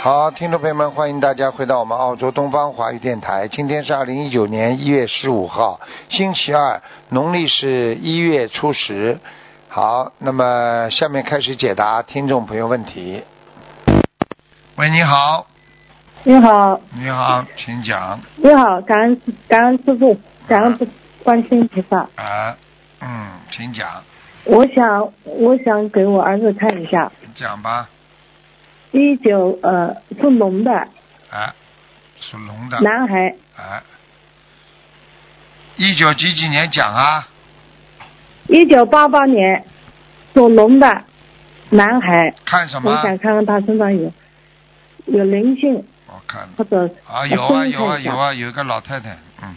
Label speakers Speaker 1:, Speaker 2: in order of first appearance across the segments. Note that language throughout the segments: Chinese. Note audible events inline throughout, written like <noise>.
Speaker 1: 好，听众朋友们，欢迎大家回到我们澳洲东方华语电台。今天是二零一九年一月十五号，星期二，农历是一月初十。好，那么下面开始解答听众朋友问题。喂，你好，
Speaker 2: 你好，
Speaker 1: 你好，请讲。
Speaker 2: 你好，感恩感恩师傅，感恩观世音菩萨。
Speaker 1: 啊，嗯，请讲，
Speaker 2: 我想，我想给我儿子看一下，
Speaker 1: 讲吧。
Speaker 2: 一九呃属龙的
Speaker 1: 啊，属龙的。
Speaker 2: 男孩，
Speaker 1: 啊，一九几几年讲啊？
Speaker 2: 一九八八年属龙的男孩，
Speaker 1: 看什么
Speaker 2: 我？想看看他身上有有灵性
Speaker 1: 我看
Speaker 2: 或者
Speaker 1: 啊，有啊
Speaker 2: 我
Speaker 1: 有啊
Speaker 2: 看一下
Speaker 1: 有啊，有一个老太太，嗯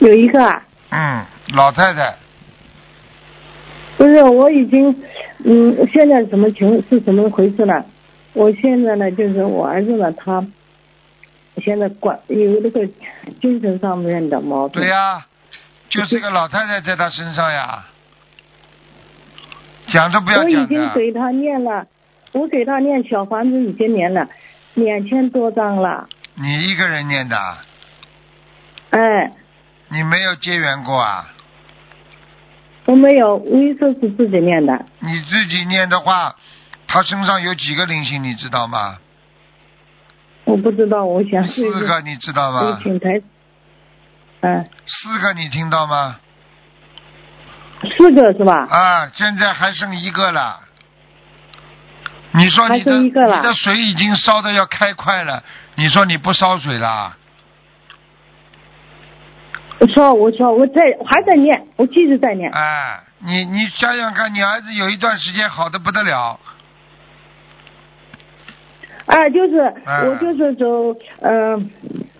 Speaker 2: 有一个啊，
Speaker 1: 嗯，老太太，
Speaker 2: 不是我已经嗯现在什么情是怎么回事呢？我现在呢就是我儿子呢他现在管有那个精神上面的毛病。
Speaker 1: 对呀、就是个老太太在她身上呀，讲都不要
Speaker 2: 我已
Speaker 1: 讲
Speaker 2: 经
Speaker 1: 的，
Speaker 2: 给他念了，我给他念小房子已经念了两千多张了，
Speaker 1: 你一个人念的，
Speaker 2: 哎，
Speaker 1: 你没有结缘过啊？
Speaker 2: 我没有，我一直是自己念的，
Speaker 1: 你自己念的话，她身上有几个灵性，你知道吗？
Speaker 2: 我不知道，我想是
Speaker 1: 四个，你知道
Speaker 2: 你
Speaker 1: 吗？
Speaker 2: 请台，嗯，
Speaker 1: 四个，你听到吗？
Speaker 2: 四个是吧？
Speaker 1: 啊，现在还剩一个了。你说你的
Speaker 2: 还剩一个了
Speaker 1: 你的水已经烧的要开快了，你说你不烧水啦？
Speaker 2: 我说我说我在我还在念，我继续在念，
Speaker 1: 哎，你你想想看，你儿子有一段时间好的不得了，
Speaker 2: 哎，就是
Speaker 1: 嗯
Speaker 2: 我就是走，嗯，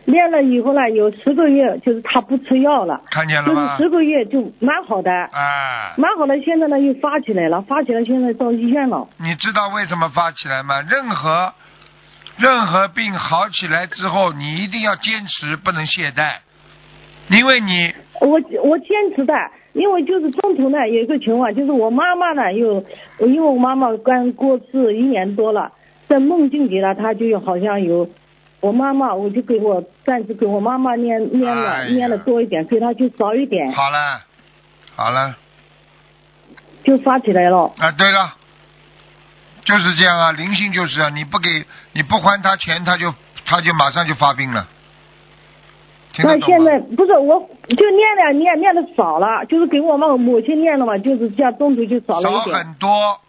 Speaker 2: 练了以后呢，有十个月就是他不吃药了，
Speaker 1: 看见了
Speaker 2: 就是
Speaker 1: 吗？
Speaker 2: 十个月就蛮好的，
Speaker 1: 哎，
Speaker 2: 蛮好的，现在呢又发起来了，发起来现在到医院了。
Speaker 1: 你知道为什么发起来吗？任何任何病好起来之后，你一定要坚持，不能懈怠，因为你
Speaker 2: 我我坚持的，因为就是中途呢有一个情况，就是我妈妈呢又，因为我妈妈刚过世一年多了，在梦境里呢，她就好像有，我妈妈我就给我暂时给我妈妈念念了、
Speaker 1: 哎呀
Speaker 2: 念了多一点，给她就少一点，
Speaker 1: 好了，好了。
Speaker 2: 就发起来了。
Speaker 1: 啊，对了，就是这样啊，灵性就是啊，你不给你不还他钱，他就他就马上就发病了，听得
Speaker 2: 那
Speaker 1: 懂吗？
Speaker 2: 现在不是我就念了念念的少了，就是给我妈母亲念了嘛，就是这样中途就少了一
Speaker 1: 少
Speaker 2: 点，
Speaker 1: 很多，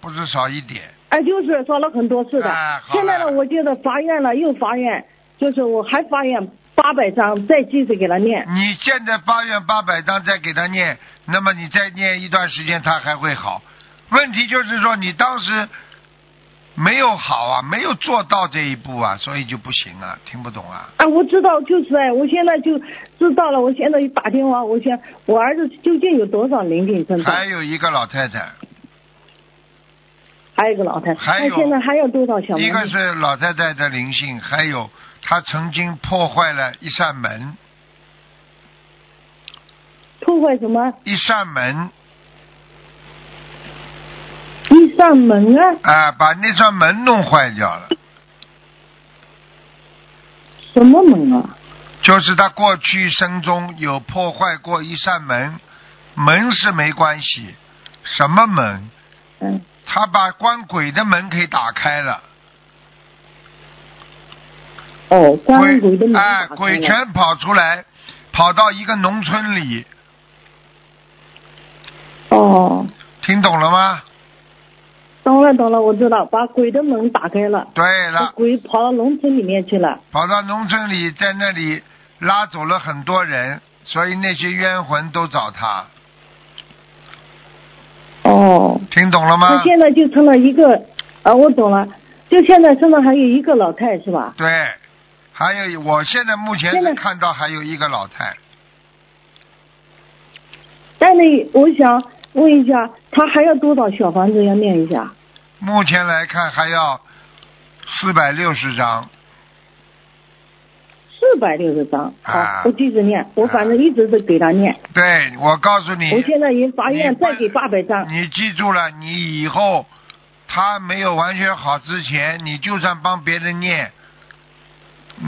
Speaker 1: 不是少一点，
Speaker 2: 哎，就是少了很多是的。
Speaker 1: 哎好了
Speaker 2: 现在呢，我觉得发愿了又发愿，就是我还发愿八百张，再继续给他念。
Speaker 1: 你现在发愿八百张，再给他念，那么你再念一段时间，他还会好。问题就是说，你当时没有好啊，没有做到这一步啊，所以就不行啊，听不懂啊？
Speaker 2: 啊，我知道，就是哎，我现在就知道了。我现在一打电话，我想我儿子究竟有多少灵性身上？
Speaker 1: 还有一个老太太，
Speaker 2: 还有一个老太
Speaker 1: 还
Speaker 2: 太，
Speaker 1: 有
Speaker 2: 那现在还有多少小
Speaker 1: 一
Speaker 2: 灵
Speaker 1: 个
Speaker 2: 性？
Speaker 1: 是老太太的灵性，还有她曾经破坏了一扇门，
Speaker 2: 破坏什么
Speaker 1: 一扇门
Speaker 2: 一扇门啊？
Speaker 1: 啊、把那扇门弄坏掉了。
Speaker 2: 什么门啊？
Speaker 1: 就是她过去生中有破坏过一扇门，门是没关系，什么门？
Speaker 2: 嗯，
Speaker 1: 她把关鬼的门给打开了，
Speaker 2: 哦，关鬼的门
Speaker 1: 哎、
Speaker 2: 打开
Speaker 1: 鬼
Speaker 2: 了。
Speaker 1: 全跑出来，跑到一个农村里，
Speaker 2: 哦，
Speaker 1: 听懂了吗？
Speaker 2: 懂了懂了，我知道，把鬼的门打开了，
Speaker 1: 对了，
Speaker 2: 鬼跑到农村里面去了。
Speaker 1: 跑到农村里，在那里拉走了很多人，所以那些冤魂都找他，
Speaker 2: 哦，
Speaker 1: 听懂了
Speaker 2: 那
Speaker 1: 吗？
Speaker 2: 现在就成了一个啊，我懂了，就现在身上还有一个老太是吧？
Speaker 1: 对，还有我现在目前
Speaker 2: 现在
Speaker 1: 是看到还有一个老太，
Speaker 2: 但是我想问一下，他还要多少小房子要念一下？
Speaker 1: 目前来看还要四百六十张，
Speaker 2: 四百六十张，
Speaker 1: 啊
Speaker 2: 好，我继续念，我反正一直都给他念，
Speaker 1: 对我告诉你，
Speaker 2: 我现在也发愿
Speaker 1: 你
Speaker 2: 再给八百张，
Speaker 1: 你记住了，你以后他没有完全好之前，你就算帮别人念，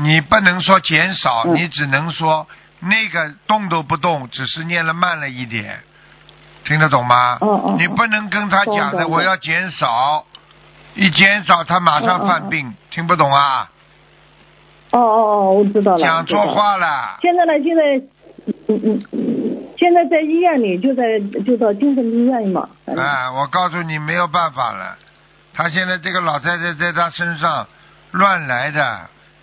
Speaker 1: 你不能说减少，
Speaker 2: 嗯
Speaker 1: 你只能说那个动都不动，只是念了慢了一点，听得懂吗？
Speaker 2: 哦哦哦
Speaker 1: 你不能跟他讲
Speaker 2: 懂
Speaker 1: 的，
Speaker 2: 懂
Speaker 1: 我要减少，一减少他马上
Speaker 2: 嗯嗯
Speaker 1: 犯
Speaker 2: 嗯
Speaker 1: 病，听不懂啊？
Speaker 2: 哦哦哦，我知道了。
Speaker 1: 讲
Speaker 2: 我
Speaker 1: 错
Speaker 2: 知道了
Speaker 1: 话了。
Speaker 2: 现在呢，现在，嗯嗯嗯，现在在医院里，就在就到精神医院嘛。反正
Speaker 1: 哎，我告诉你没有办法了，他现在这个老太太在他身上乱来的，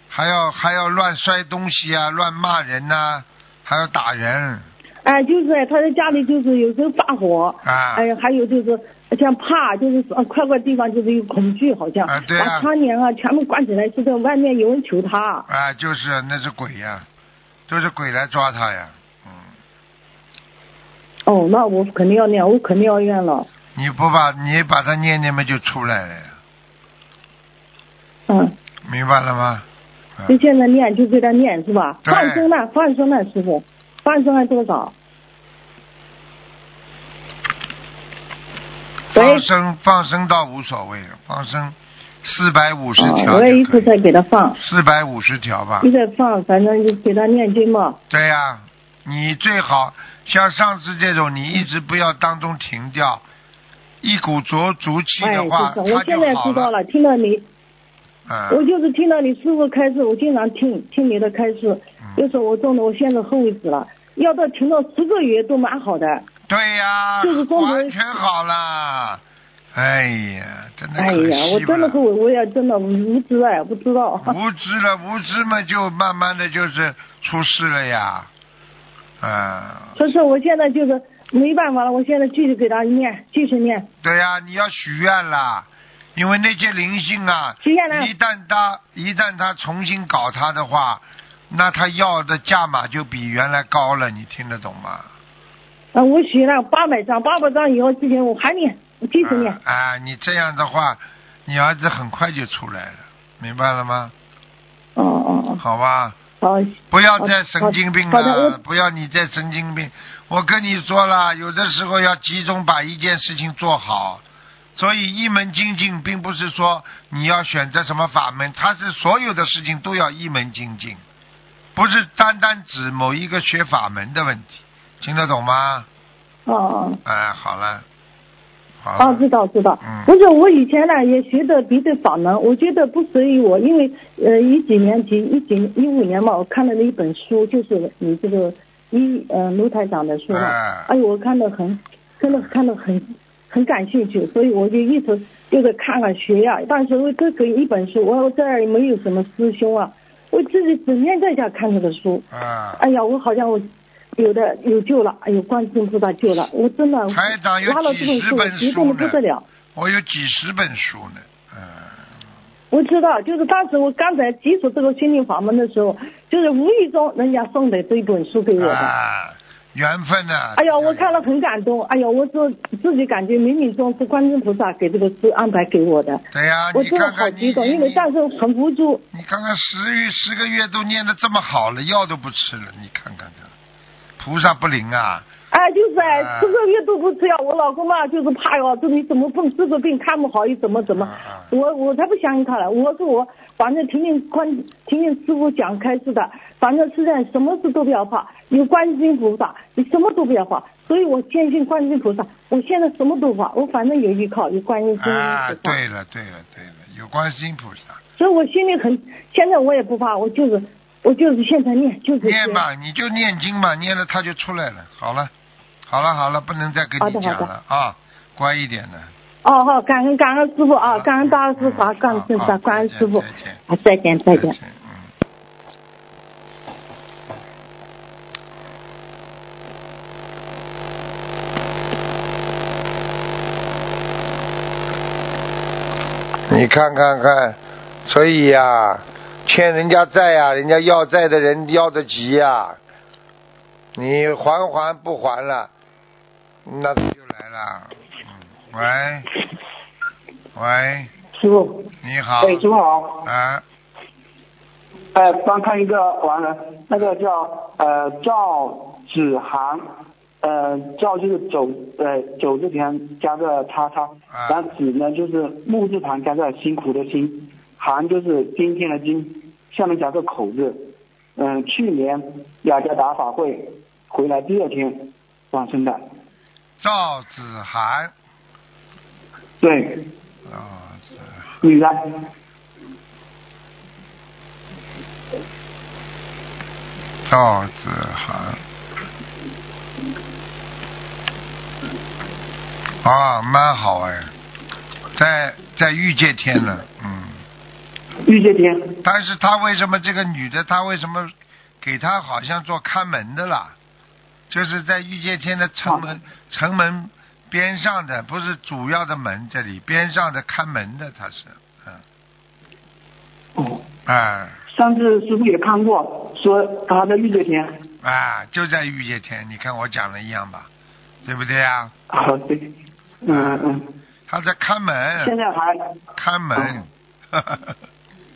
Speaker 1: 还要还要乱摔东西啊，乱骂人呐、还要打人
Speaker 2: 哎，就是他在家里就是有时候发火，
Speaker 1: 啊。
Speaker 2: 哎，还有就是像怕，就是呃，快快地方就是有恐惧，好像
Speaker 1: 啊对啊
Speaker 2: 把窗帘啊全部关起来，是在外面有人求他。
Speaker 1: 啊，就是那是鬼呀、都是鬼来抓他呀。嗯，
Speaker 2: 哦，那我肯定要念，我肯定要念了。
Speaker 1: 你不把你把他念念嘛就出来了呀，
Speaker 2: 嗯，
Speaker 1: 明白了吗？啊
Speaker 2: 就现在念，就给他念是吧？
Speaker 1: 对
Speaker 2: 放生呢？放生呢，师傅？放生还多少？喂
Speaker 1: 放生放生倒无所谓了，放生四百五十
Speaker 2: 啊，
Speaker 1: 条
Speaker 2: 我也一
Speaker 1: 就
Speaker 2: 直
Speaker 1: 可
Speaker 2: 在
Speaker 1: 以，
Speaker 2: 给他放，
Speaker 1: 四百五十条吧
Speaker 2: 一。直在放，反正就给他念经嘛。
Speaker 1: 对呀、你最好像上次这种，你一直不要当中停掉，一鼓足足气
Speaker 2: 哎，
Speaker 1: 的话，
Speaker 2: 就是，我
Speaker 1: 它
Speaker 2: 现在
Speaker 1: 就好
Speaker 2: 知道
Speaker 1: 了。
Speaker 2: 了，听到你，我
Speaker 1: 嗯，
Speaker 2: 就是听到你师傅开示，我经常听听你的开示，
Speaker 1: 嗯
Speaker 2: 有时候我中的，我现在后悔死了，要到停到十个月都蛮好的。
Speaker 1: 对呀、
Speaker 2: 就是中国
Speaker 1: 完全好了。哎呀，真的
Speaker 2: 哎
Speaker 1: 可惜
Speaker 2: 呀，我
Speaker 1: 不
Speaker 2: 真
Speaker 1: 了
Speaker 2: 的后悔，我也真的无知哎，不知道。
Speaker 1: 无知了，无知嘛，就慢慢的就是出事了呀。嗯，
Speaker 2: 所以说我现在就是没办法了，我现在继续给他念，继续念。
Speaker 1: 对呀、你要许愿啦，因为那些灵性啊，
Speaker 2: 许愿了
Speaker 1: 一旦他一旦他重新搞他的话，那他要的价码就比原来高了，你听得懂吗？
Speaker 2: 啊，我许了八百张，八百张以后之前我还念，我继续念。
Speaker 1: 啊、啊你这样的话，你儿子很快就出来了，明白了吗？嗯
Speaker 2: 哦哦
Speaker 1: 好吧，
Speaker 2: 哦，好，
Speaker 1: 不要再神经病
Speaker 2: 好的好的
Speaker 1: 了
Speaker 2: 我，
Speaker 1: 不要你再神经病。我跟你说了，有的时候要集中把一件事情做好。所以一门精进，并不是说你要选择什么法门，它是所有的事情都要一门精进，不是单单指某一个学法门的问题，听得懂吗？
Speaker 2: 哦哦。
Speaker 1: 哎，好了，好了，
Speaker 2: 哦，知道知道
Speaker 1: 嗯，
Speaker 2: 不是我以前呢也学的别的法门，我觉得不属于我，因为呃一几年几一几一五年嘛，我看了一本书，就是你这个一呃卢台长的书嘛，
Speaker 1: 哎
Speaker 2: 哎呦我看的很，真的看的很很感兴趣，所以我就一直就是看看学呀、但是我这个一本书，我这儿也没有什么师兄啊，我自己整天在家看这个书，
Speaker 1: 啊，
Speaker 2: 哎呀，我好像我有的有救了，哎呦，观世音菩萨救了，我真的
Speaker 1: 台长有
Speaker 2: 拿了
Speaker 1: 几
Speaker 2: 这
Speaker 1: 十
Speaker 2: 种书，我
Speaker 1: 本
Speaker 2: 激
Speaker 1: 书
Speaker 2: 动的不
Speaker 1: 呢
Speaker 2: 得了。
Speaker 1: 我有几十本书呢，嗯。
Speaker 2: 我知道，就是当时我刚才接触这个心灵法门的时候，就是无意中人家送的这本书给我的。
Speaker 1: 啊，缘分啊呐、
Speaker 2: 哎呀，我看了很感动。哎呀，我说自己感觉冥冥中是观音菩萨给这个书安排给我的，
Speaker 1: 对呀、
Speaker 2: 我
Speaker 1: 啊你
Speaker 2: 真的
Speaker 1: 看
Speaker 2: 好
Speaker 1: 看你
Speaker 2: 激动，因为
Speaker 1: 你
Speaker 2: 但是很无助。
Speaker 1: 你看看十月十个月都念的这么好了，药都不吃了，你看看这菩萨不灵啊！
Speaker 2: 哎，就是哎
Speaker 1: 啊，
Speaker 2: 这个月都不吃药，我老公嘛就是怕哟，这你怎么碰这个病看不好又怎么怎么
Speaker 1: 啊啊，
Speaker 2: 我我才不相信他了。我说我反正听听观听听师傅讲开示的，反正是在什么事都不要怕，有观世音菩萨，你什么都不要怕。所以我坚信观世音菩萨，我现在什么都不怕，我反正有依靠，有观世音菩
Speaker 1: 啊
Speaker 2: 萨，，
Speaker 1: 对了对了对了，有观世音菩萨，
Speaker 2: 所以我心里很，现在我也不怕，我就是我就是现在念就是
Speaker 1: 念吧，你就念经吧，念了他就出来了。好了，好了好了，不能再跟
Speaker 2: 好
Speaker 1: 你
Speaker 2: 的
Speaker 1: 讲
Speaker 2: 好的
Speaker 1: 了啊，乖一点的。
Speaker 2: 哦好，感恩感恩师傅啊，感恩大师傅啊，
Speaker 1: 嗯
Speaker 2: 感恩菩
Speaker 1: 好好
Speaker 2: 萨，感恩
Speaker 1: 再
Speaker 2: 师傅
Speaker 1: 见再见
Speaker 2: 啊，再见再见。
Speaker 1: 嗯。你看看看，所以呀、欠人家债呀、人家要债的人要得急呀、你还还不还了，那他就来了。嗯喂，喂，
Speaker 3: 师傅，
Speaker 1: 你好，
Speaker 3: 哎，师傅好，
Speaker 1: 啊，
Speaker 3: 呃，帮看一个完了，那个叫呃赵子涵，呃，照就是走呃走字旁加个叉叉
Speaker 1: 啊，
Speaker 3: 然后子呢就是木字旁加个辛苦的辛，寒就是今天的今，下面加个口字。嗯、去年雅加达法会回来第二天往生的，
Speaker 1: 赵子涵，
Speaker 3: 对，
Speaker 1: 赵子涵
Speaker 3: 女的，
Speaker 1: 赵子涵。啊，蛮好哎，在在御界天了，嗯，
Speaker 3: 玉界天，
Speaker 1: 但是他为什么这个女的，他为什么给他好像做看门的啦？就是在御界天的城门、城门边上的，不是主要的门这里边上的看门的，他是，嗯，
Speaker 3: 哦，
Speaker 1: 哎
Speaker 3: 上次师傅也看过，说他在玉界天，
Speaker 1: 哎，就在御界天，你看我讲的一样吧，对不对啊？
Speaker 3: 啊对，嗯嗯，
Speaker 1: 他在看门，
Speaker 3: 现在还，
Speaker 1: 看门，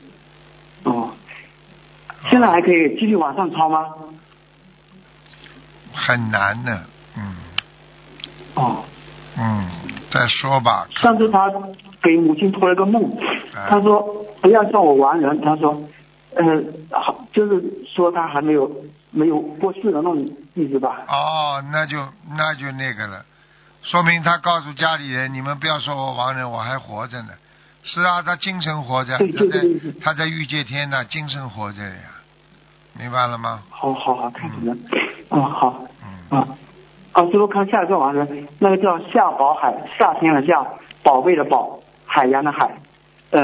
Speaker 3: <laughs> 哦，现在还可以继续往上抄吗？
Speaker 1: 很难的，嗯
Speaker 3: 哦。
Speaker 1: 嗯，再说吧，
Speaker 3: 上次他给母亲托了个梦，
Speaker 1: 啊
Speaker 3: 他说不要叫我亡人，他说，呃，好，就是说他还没有没有过世的那种意思吧？
Speaker 1: 哦，那就那就那个了，说明他告诉家里人，你们不要说我亡人，我还活着呢。是啊，他精神活着，
Speaker 3: 对
Speaker 1: 他
Speaker 3: 对
Speaker 1: 在
Speaker 3: 对对
Speaker 1: 他在欲界天呢，精神活着呀，明白了吗？
Speaker 3: 好好好，看什么？哦，好，
Speaker 1: 嗯，
Speaker 3: 啊，啊，最后看下一个亡人，那个叫夏宝海，夏天的夏，宝贝的宝，海洋的海，呃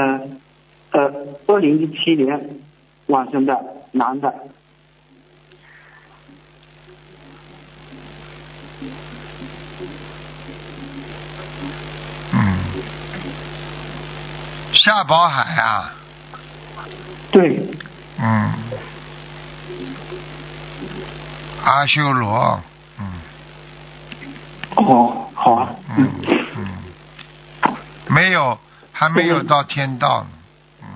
Speaker 3: 呃，二零一七年晚生的男的，
Speaker 1: 嗯，夏宝海啊，
Speaker 3: 对，
Speaker 1: 嗯，阿修罗，嗯
Speaker 3: 哦，好啊，
Speaker 1: 嗯嗯，没有，还没有到天道呢，嗯。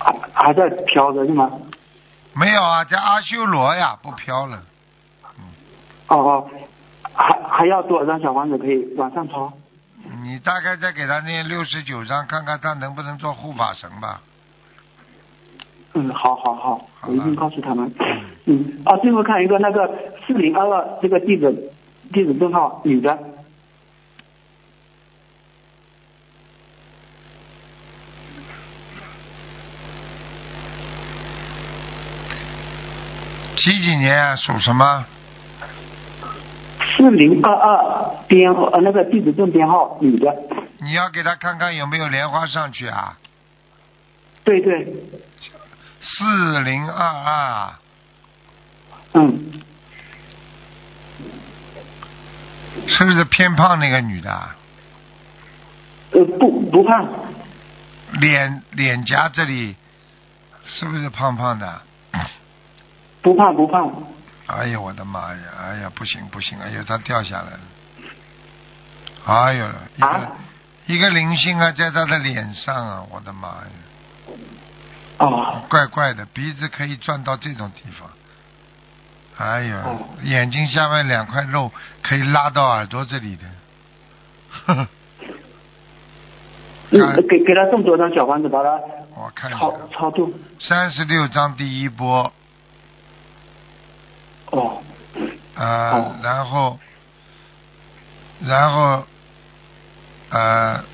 Speaker 3: 还还在飘着是吗？
Speaker 1: 没有啊，在阿修罗呀，不飘了。
Speaker 3: 哦哦，还还要多少张小房子可以往上抄？
Speaker 1: 你大概再给他念六十九章，看看他能不能做护法神吧。
Speaker 3: 嗯，好好好，
Speaker 1: 好
Speaker 3: 我
Speaker 1: 了
Speaker 3: 一定告诉他们。嗯，啊，最后看一个那个四零二二这个地址，地址证号女的，
Speaker 1: 几几年啊属什么？
Speaker 3: 四零二二编号呃那个地址证编号女的，
Speaker 1: 你要给他看看有没有莲花上去啊？
Speaker 3: 对对，
Speaker 1: 四零二二，
Speaker 3: 嗯，
Speaker 1: 是不是偏胖那个女的啊？
Speaker 3: 呃不不胖，
Speaker 1: 脸脸颊这里是不是胖胖的？啊
Speaker 3: 不胖不胖，
Speaker 1: 哎呀，我的妈呀！哎呀，不行不行！哎呀，她掉下来了。哎呦，一个、
Speaker 3: 啊
Speaker 1: 一个灵性啊，在她的脸上啊！我的妈呀！
Speaker 3: 哦
Speaker 1: 怪怪的，鼻子可以转到这种地方。哎呀，
Speaker 3: 哦
Speaker 1: 眼睛下面两块肉可以拉到耳朵这里的。呵呵
Speaker 3: 嗯
Speaker 1: 啊，
Speaker 3: 给给他送多少张小房子把他
Speaker 1: <laughs> 我看一下
Speaker 3: 超，超度？
Speaker 1: 三十六章第一波，
Speaker 3: 哦，
Speaker 1: 呃，
Speaker 3: 哦
Speaker 1: 然后，然后，呃，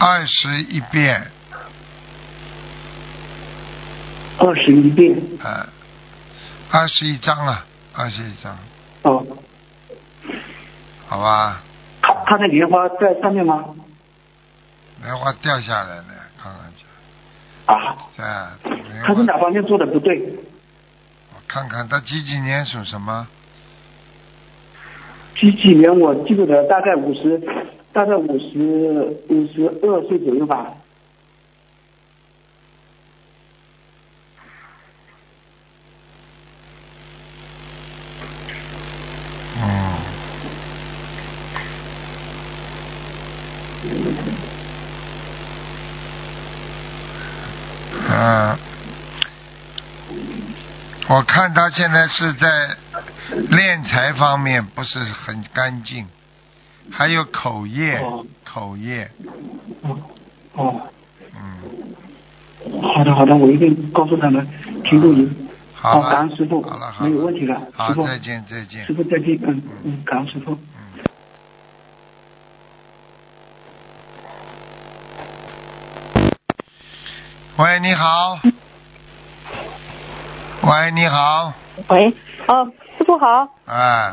Speaker 1: 二十一遍，
Speaker 3: 二十一遍，
Speaker 1: 呃，二十一章啊，二十一章，
Speaker 3: 哦，
Speaker 1: 好吧？
Speaker 3: 他他的莲花在上面吗？
Speaker 1: 莲花掉下来了，看看去，
Speaker 3: 啊，
Speaker 1: 在莲
Speaker 3: 他是
Speaker 1: 花，
Speaker 3: 哪方面做的不对？
Speaker 1: 我看看他几几年属什么？
Speaker 3: 几几年我记不得，大概五十，大概五十五十二岁左右吧。
Speaker 1: 嗯，嗯、啊我看他现在是在练财方面不是很干净，还有口业
Speaker 3: 哦，
Speaker 1: 口业，
Speaker 3: 哦哦，
Speaker 1: 嗯，
Speaker 3: 好的好的，我一定告诉他们，听录音。
Speaker 1: 好
Speaker 3: 哦好感
Speaker 1: 了
Speaker 3: 恩师，傅
Speaker 1: 好了，好
Speaker 3: 没有问
Speaker 1: 了，
Speaker 3: 题了，
Speaker 1: 好
Speaker 3: 师，傅，
Speaker 1: 再见，再见
Speaker 3: 师。傅再见，嗯嗯，感恩师傅。
Speaker 1: 嗯。喂，你好。喂，你好，
Speaker 4: 喂，哦，师傅好，
Speaker 1: 哎，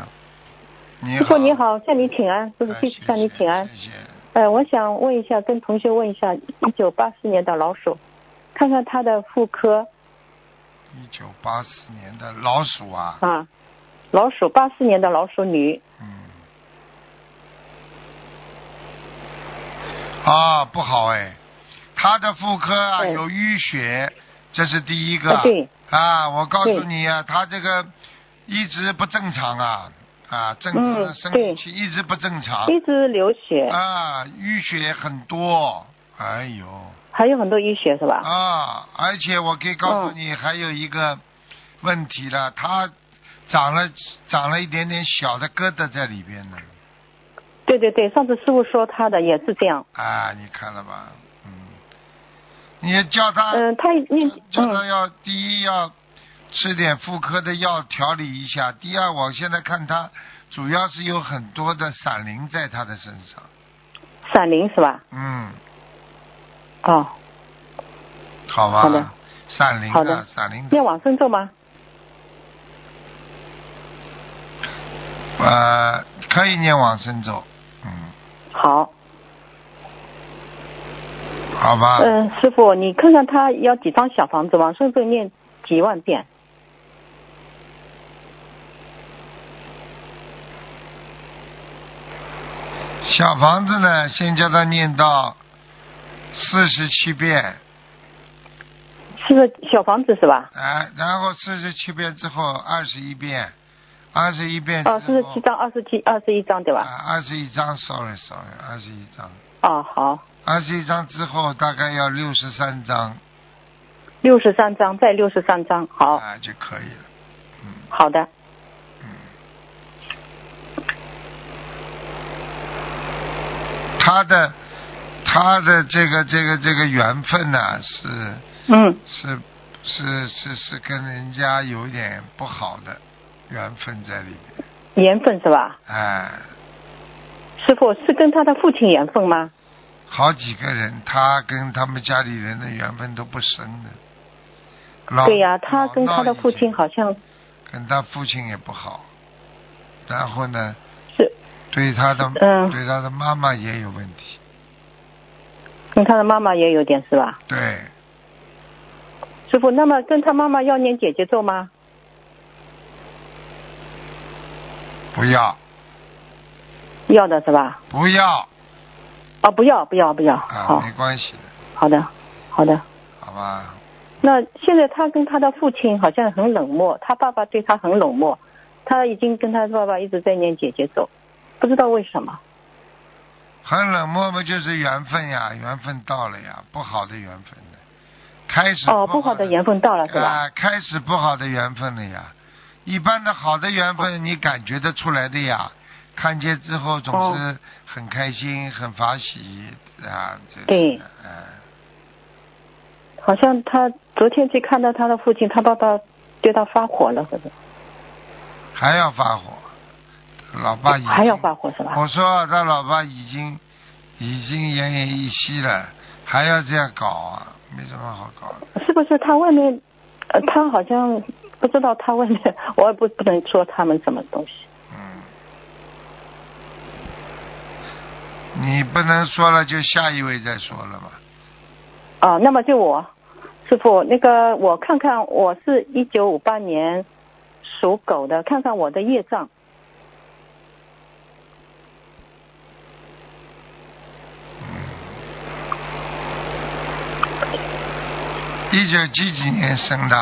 Speaker 1: 你
Speaker 4: 师
Speaker 1: 好，
Speaker 4: 傅你好，向你请安，不
Speaker 1: 哎，
Speaker 4: 是
Speaker 1: 谢
Speaker 4: 弟
Speaker 1: 谢
Speaker 4: 子向你请安。
Speaker 1: 谢谢。
Speaker 4: 呃，我想问一下，跟同学问一下，一九八四年的老鼠，看看他的妇科
Speaker 1: 一九八四年的老鼠啊，
Speaker 4: 啊，老鼠八四年的老鼠女，
Speaker 1: 嗯，啊，不好哎，他的妇科啊
Speaker 4: 对
Speaker 1: 有淤血，这是第一个。
Speaker 4: 啊对，
Speaker 1: 啊，我告诉
Speaker 4: 对
Speaker 1: 你啊，他这个一直不正常啊，啊，正治
Speaker 4: 嗯
Speaker 1: 生
Speaker 4: 对
Speaker 1: 理期一直不正常，
Speaker 4: 一直流血，
Speaker 1: 啊，淤血很多，哎呦，
Speaker 4: 还有很多淤血是吧？
Speaker 1: 啊，而且我可以告诉你，还有一个问题了，他长了长了一点点小的疙瘩在里边呢，
Speaker 4: 对对对，上次师傅说他的也是这样。
Speaker 1: 啊，你看了吧，嗯，你叫他，
Speaker 4: 嗯、他念
Speaker 1: 啊叫他
Speaker 4: 嗯
Speaker 1: 要第一要吃点妇科的药调理一下，第二我现在看他主要是有很多的闪灵在他的身上，
Speaker 4: 闪灵是吧？
Speaker 1: 嗯，
Speaker 4: 哦，
Speaker 1: 好吧，
Speaker 4: 好的
Speaker 1: 闪灵啊
Speaker 4: 好的
Speaker 1: 闪灵
Speaker 4: 念往生咒吗？
Speaker 1: 呃可以念往生咒，嗯，
Speaker 4: 好，
Speaker 1: 好吧，
Speaker 4: 嗯、师傅，你看看他要几张小房子，往生咒念几万遍？
Speaker 1: 小房子呢，先叫他念到四十七遍，
Speaker 4: 是个小房子是吧？
Speaker 1: 哎，然后四十七遍之后二十一遍，二十一遍之后
Speaker 4: 哦，四十七张，二十七，二十一张对吧？
Speaker 1: 啊，二十一张，sorry sorry，二十一张。
Speaker 4: 哦，好，
Speaker 1: 二十一张之后大概要六十三张，
Speaker 4: 六十三张，再六十三张，好，
Speaker 1: 啊就可以了。嗯
Speaker 4: 好的，
Speaker 1: 他的他的这个这个这个缘分呢、是
Speaker 4: 嗯，
Speaker 1: 是是是是跟人家有一点不好的缘分在里面，
Speaker 4: 缘分是吧？
Speaker 1: 哎，
Speaker 4: 师傅是跟他的父亲缘分吗？
Speaker 1: 好几个人他跟他们家里人的缘分都不深的。老
Speaker 4: 对呀、
Speaker 1: 哦
Speaker 4: 他跟他的父
Speaker 1: 老
Speaker 4: 亲，
Speaker 1: 闹
Speaker 4: 好像
Speaker 1: 一些跟他父亲也不好，然后呢，
Speaker 4: 是
Speaker 1: 对他的、
Speaker 4: 嗯
Speaker 1: 对他的妈妈也有问题，
Speaker 4: 跟他的妈妈也有点是吧？
Speaker 1: 对。
Speaker 4: 师傅，那么跟他妈妈要念姐姐咒吗？
Speaker 1: 不要，
Speaker 4: 要的是吧？
Speaker 1: 不要
Speaker 4: 哦，不要，不要，不要，
Speaker 1: 啊，
Speaker 4: 好
Speaker 1: 没，关系的，
Speaker 4: 好的，好的。
Speaker 1: 好吧？
Speaker 4: 那现在他跟他的父亲好像很冷漠，他爸爸对他很冷漠，他已经跟他爸爸一直在念姐姐咒，不知道为什么。
Speaker 1: 很冷漠嘛，就是缘分呀，缘分到了呀，不好的缘分的，开始
Speaker 4: 哦，
Speaker 1: 不
Speaker 4: 不好的缘
Speaker 1: 分
Speaker 4: 分到了是吧？
Speaker 1: 啊，开始不好的缘分了呀。一般的好的缘
Speaker 4: 哦
Speaker 1: 分你感觉得出来的呀，看见之后总
Speaker 4: 哦
Speaker 1: 是很开心、很发喜啊，这
Speaker 4: 对
Speaker 1: 嗯，
Speaker 4: 好像他昨天去看到他的父亲，他爸爸对他发火了，是不是？
Speaker 1: 还要发火，老爸已经
Speaker 4: 还要发火是吧？
Speaker 1: 我说啊他老爸已经已经奄奄一息了，还要这样搞啊，没什么好搞的。
Speaker 4: 是不是他外面，呃，他好像不知道他外面，我也不不能说他们什么东西。
Speaker 1: 嗯，你不能说了，就下一位再说了嘛。
Speaker 4: 啊，那么就我，师傅，那个我看看，我是一九五八年属狗的，看看我的业障。
Speaker 1: 一九几几年生的？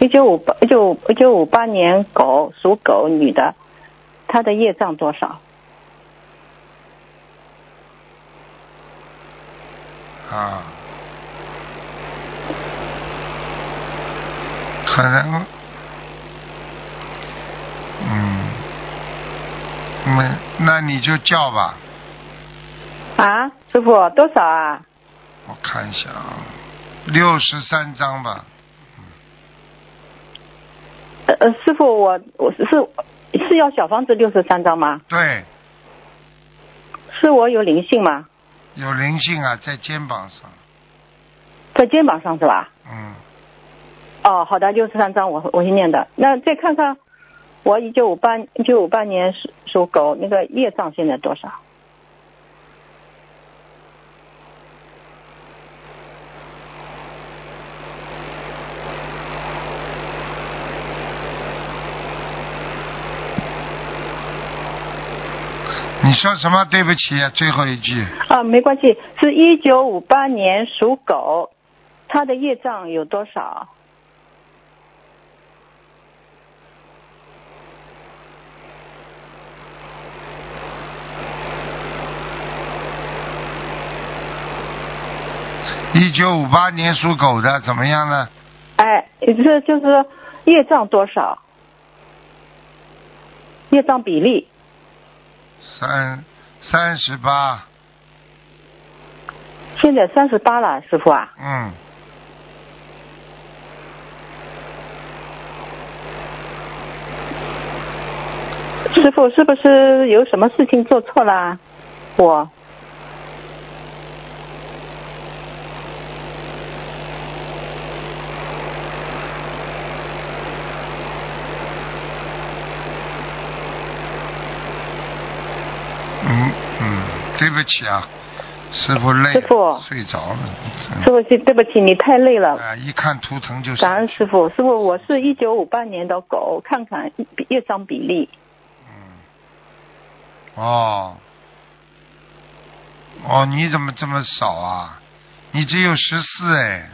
Speaker 4: 一九五八一九一九五八年狗属狗女的，她的业障多少？
Speaker 1: 啊，可能嗯，那你就叫吧，
Speaker 4: 啊，师傅多少啊？
Speaker 1: 我看一下啊，六十三章吧。
Speaker 4: 呃呃，师傅，我我是是是要小房子六十三张吗？
Speaker 1: 对，
Speaker 4: 是我有灵性吗？
Speaker 1: 有灵性啊，在肩膀上。
Speaker 4: 在肩膀上是吧？
Speaker 1: 嗯，
Speaker 4: 哦，好的，六十三张我我先念的。那再看看我一九五八一九五八年属属狗那个业障现在多少？
Speaker 1: 你说什么？对不起、啊，最后一句。
Speaker 4: 啊，没关系，是一九五八年属狗，他的业障有多少？
Speaker 1: 一九五八年属狗的怎么样呢？
Speaker 4: 哎，这就是业障多少？业障比例
Speaker 1: 三三十八，
Speaker 4: 现在三十八了，师傅啊。
Speaker 1: 嗯，
Speaker 4: 师傅是不是有什么事情做错啦？我
Speaker 1: 嗯嗯，对不起啊，师傅累了，
Speaker 4: 师傅
Speaker 1: 睡着了。
Speaker 4: 师傅是对不起，你太累了
Speaker 1: 嗯、。啊，一看图腾嗯就是。
Speaker 4: 感恩师傅，师傅，我是一九五八年的狗，看看业障比例。
Speaker 1: 哦，哦，你怎么这么少啊？你只有十四哎，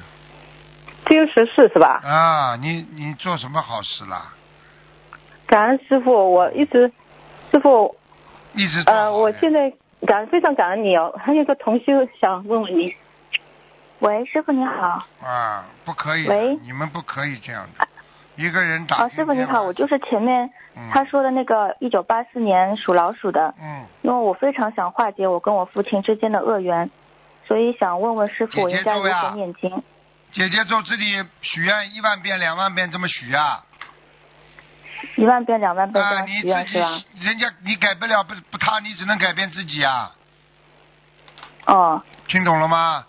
Speaker 4: 只有十四是吧？
Speaker 1: 啊，你你做什么好事啦？嗯
Speaker 4: 感恩师傅，我一直，师傅，
Speaker 1: 一直做好
Speaker 4: 呃，我
Speaker 1: 人
Speaker 4: 现在感恩非常感恩你哦。还有个同修想问问你，
Speaker 5: 喂，师傅你好。
Speaker 1: 啊，不可以
Speaker 5: 喂
Speaker 1: 的，你们不可以这样的，一个人打。
Speaker 5: 啊，师傅你好，我就是前面
Speaker 1: 嗯
Speaker 5: 他说的那个一九八四年属老鼠的，
Speaker 1: 嗯，
Speaker 5: 因为我非常想化解我跟我父亲之间的恶缘，所以想问问师傅我
Speaker 1: 姐啊姐
Speaker 5: 应该
Speaker 1: 咒
Speaker 5: 如
Speaker 1: 呀
Speaker 5: 何念经。
Speaker 1: 姐姐咒这里许愿一万遍、两万遍这么许啊？
Speaker 5: 一万遍、两万遍这
Speaker 1: 啊，
Speaker 5: 样
Speaker 1: 你
Speaker 5: 许
Speaker 1: 自
Speaker 5: 愿是吧？
Speaker 1: 己人家你改不了不不他，你只能改变自己啊，
Speaker 5: 哦，
Speaker 1: 听懂了吗？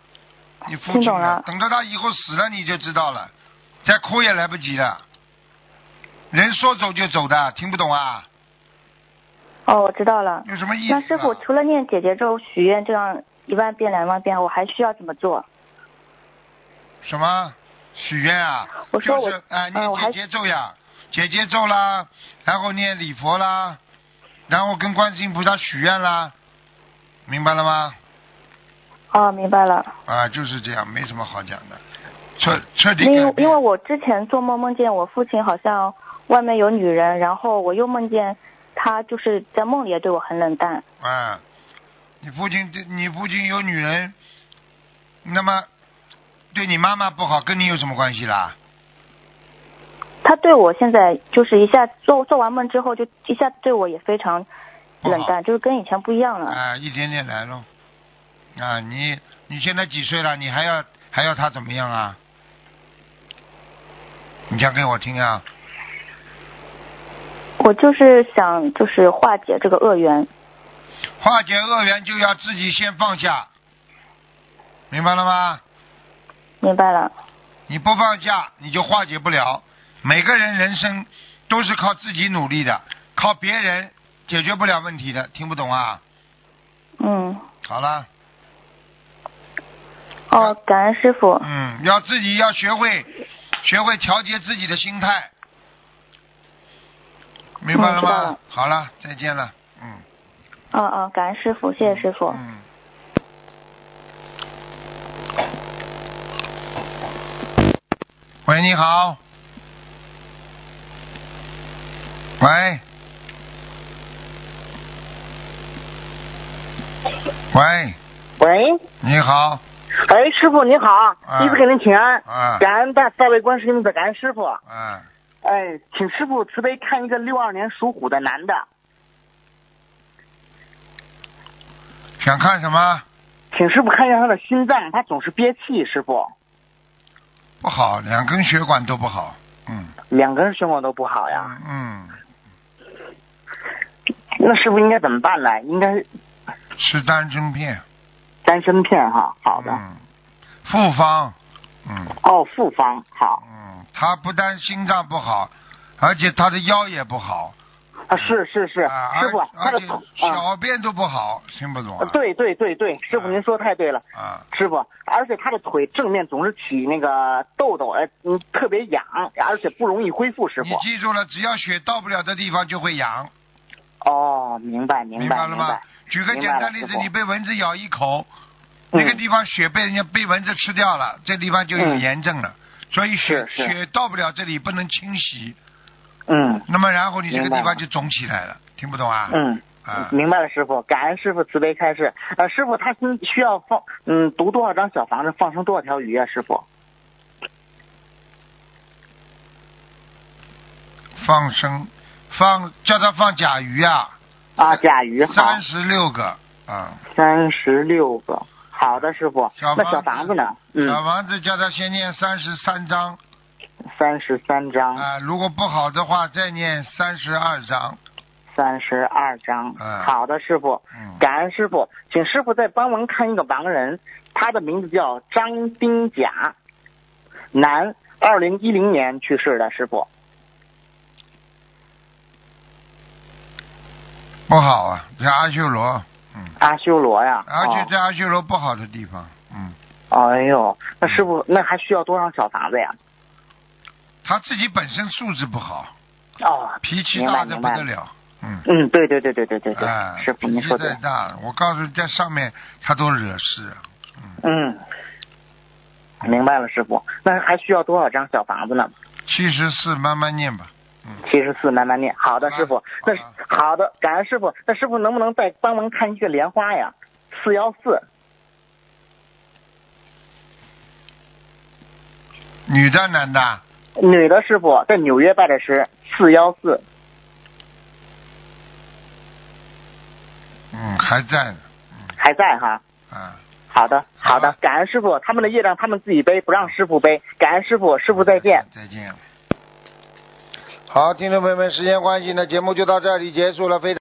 Speaker 1: 你父亲
Speaker 5: 听懂
Speaker 1: 啊
Speaker 5: 了
Speaker 1: 等到他以后死了你就知道了，再哭也来不及了。人说走就走的，听不懂啊？
Speaker 5: 哦，我知道了。
Speaker 1: 有什么意思、啊？
Speaker 5: 那师傅除了念姐姐咒许愿这样一万遍、两万遍，我还需要怎么做？
Speaker 1: 什么许愿啊？
Speaker 5: 我说
Speaker 1: 就
Speaker 5: 我
Speaker 1: 是啊，
Speaker 5: 嗯
Speaker 1: 念
Speaker 5: 我还
Speaker 1: 姐姐咒呀，姐姐咒啦，然后念礼佛啦，然后跟观世音菩萨许愿啦，明白了吗？
Speaker 5: 哦，明白了。
Speaker 1: 啊，就是这样，没什么好讲的，彻彻底
Speaker 5: 因
Speaker 1: 改
Speaker 5: 为因为
Speaker 1: 变。
Speaker 5: 我之前做梦梦见我父亲好像外面有女人，然后我又梦见他就是在梦里也对我很冷淡。
Speaker 1: 啊，你父亲对你父亲有女人，那么对你妈妈不好，跟你有什么关系啦？
Speaker 5: 他对我现在就是一下做做完梦之后，就一下对我也非常冷
Speaker 1: 不好
Speaker 5: 淡，就是跟以前不一样
Speaker 4: 嗯
Speaker 5: 了。
Speaker 1: 啊，一点点来咯。啊，你你现在几岁了？你还要还要他怎么样啊？你讲给我听啊！
Speaker 5: 我就是想就是化解这个恶缘。
Speaker 1: 化解恶缘就要自己先放下，明白了吗？
Speaker 5: 明白了，
Speaker 1: 你不放下，你就化解不了。每个人人生都是靠自己努力的，靠别人解决不了问题的，听不懂啊？
Speaker 5: 嗯，
Speaker 1: 好了，
Speaker 5: 哦，感恩师傅，
Speaker 1: 嗯，要自己要学会学会调节自己的心态，明白了
Speaker 5: 嗯知
Speaker 1: 吗？
Speaker 5: 道了
Speaker 1: 好了，再见了，嗯。
Speaker 5: 嗯嗯，感恩师傅，谢谢师傅。
Speaker 1: 嗯。喂，你好。喂。喂，
Speaker 6: 喂，
Speaker 1: 你好，
Speaker 6: 哎，师傅您好
Speaker 1: 啊，
Speaker 6: 弟子给您请安，
Speaker 1: 啊
Speaker 6: 感恩大慈大悲观世音菩萨，感恩师傅。
Speaker 1: 啊，
Speaker 6: 哎，请师傅慈悲看一个六二年属虎的男的，
Speaker 1: 想看什么？
Speaker 6: 请师傅看一下他的心脏，他总是憋气，师傅
Speaker 1: 不好，两根血管都不好。嗯
Speaker 6: 两根血管都不好呀。
Speaker 1: 嗯，
Speaker 6: 那师傅应该怎么办呢？应该
Speaker 1: 吃丹参片。
Speaker 6: 丹参片哈，好的。
Speaker 1: 嗯，复方。嗯
Speaker 6: 哦，复方好
Speaker 1: 嗯，他不但心脏不好，而且他的腰也不好。
Speaker 6: 啊，是是是，
Speaker 1: 啊、
Speaker 6: 师
Speaker 1: 而
Speaker 6: 傅他
Speaker 1: 而
Speaker 6: 的
Speaker 1: 且
Speaker 6: 头啊，
Speaker 1: 小便都不好，听不懂啊
Speaker 6: 呃？对对对对，师傅
Speaker 1: 啊
Speaker 6: 您说太对了。
Speaker 1: 啊，
Speaker 6: 师傅，而且他的腿正面总是起那个痘痘，哎，嗯，特别痒，而且不容易恢复。师
Speaker 1: 你
Speaker 6: 傅，
Speaker 1: 记住了，只要血到不了的地方就会痒，
Speaker 6: 哦，明白明
Speaker 1: 明
Speaker 6: 白
Speaker 1: 了
Speaker 6: 明
Speaker 1: 吗
Speaker 6: 白，？
Speaker 1: 举个
Speaker 6: 明
Speaker 1: 简
Speaker 6: 白了
Speaker 1: 单例子
Speaker 6: 师，傅
Speaker 1: 你被蚊子咬一口，
Speaker 6: 嗯
Speaker 1: 那个地方血被人家被蚊子吃掉了，这地方就有
Speaker 6: 嗯
Speaker 1: 炎症了。所以血
Speaker 6: 是是
Speaker 1: 血到不了这里不能清洗，
Speaker 6: 嗯
Speaker 1: 那么然后你这个
Speaker 6: 明白
Speaker 1: 地
Speaker 6: 了
Speaker 1: 方就肿起来了，听不懂啊？
Speaker 6: 嗯
Speaker 1: 啊，
Speaker 6: 明白了，师傅，感恩师傅慈悲开示。呃，师傅，他是需要放嗯读多少张小房子，放生多少条鱼啊？师傅，
Speaker 1: 放生，放叫他放甲鱼啊，
Speaker 6: 啊，甲鱼好
Speaker 1: 三，十六个啊。
Speaker 6: 三十六个。好的，师傅，
Speaker 1: 小
Speaker 6: 那小
Speaker 1: 房
Speaker 6: 房
Speaker 1: 子
Speaker 6: 子呢？
Speaker 1: 小
Speaker 6: 嗯，
Speaker 1: 房子叫他先念三十三章
Speaker 6: 三十三
Speaker 1: 啊、
Speaker 6: 张，
Speaker 1: 如果不好的话再念三十二章。
Speaker 6: 三十二张。
Speaker 1: 嗯
Speaker 6: 好的，师傅，
Speaker 1: 嗯，
Speaker 6: 感恩师傅，请师傅再帮忙看一个盲人，他的名字叫张丁甲，男，二零一零年去世的师傅。
Speaker 1: 不好啊，在阿修罗，嗯，
Speaker 6: 阿修罗呀，
Speaker 1: 而且
Speaker 6: 哦
Speaker 1: 在阿修罗不好的地方，嗯，
Speaker 6: 哎呦，那师傅，那还需要多少小房子呀？
Speaker 1: 他自己本身素质不好，
Speaker 6: 哦，
Speaker 1: 脾气
Speaker 6: 明
Speaker 1: 大
Speaker 6: 白
Speaker 1: 的
Speaker 6: 明
Speaker 1: 不
Speaker 6: 白
Speaker 1: 得了，嗯。
Speaker 6: 嗯，对对对对对对对，
Speaker 1: 啊，
Speaker 6: 师傅
Speaker 1: 脾
Speaker 6: 您
Speaker 1: 气
Speaker 6: 说对
Speaker 1: 太，大，我告诉你，在上面他都惹事，啊
Speaker 6: 嗯，明白了，师傅，那还需要多少张小房子呢？
Speaker 1: 七十四慢慢念吧，嗯，
Speaker 6: 七十四，慢慢念。好的，
Speaker 1: 好了
Speaker 6: 师傅，那
Speaker 1: 啊好了
Speaker 6: 好的，感恩师傅。那师傅能不能再帮忙看一个莲花呀？四幺四，
Speaker 1: 女的男的啊，
Speaker 6: 女的师傅在纽约拜的师，四幺四。
Speaker 1: 嗯，还在呢，
Speaker 6: 还在哈。
Speaker 1: 啊，
Speaker 6: 好的，
Speaker 1: 好
Speaker 6: 好的，感恩师傅，他们的业障他们自己背，不让师傅背。感恩师傅，师傅再见。
Speaker 1: 再见。好，听众朋友们，时间关系呢，节目就到这里结束了，非常。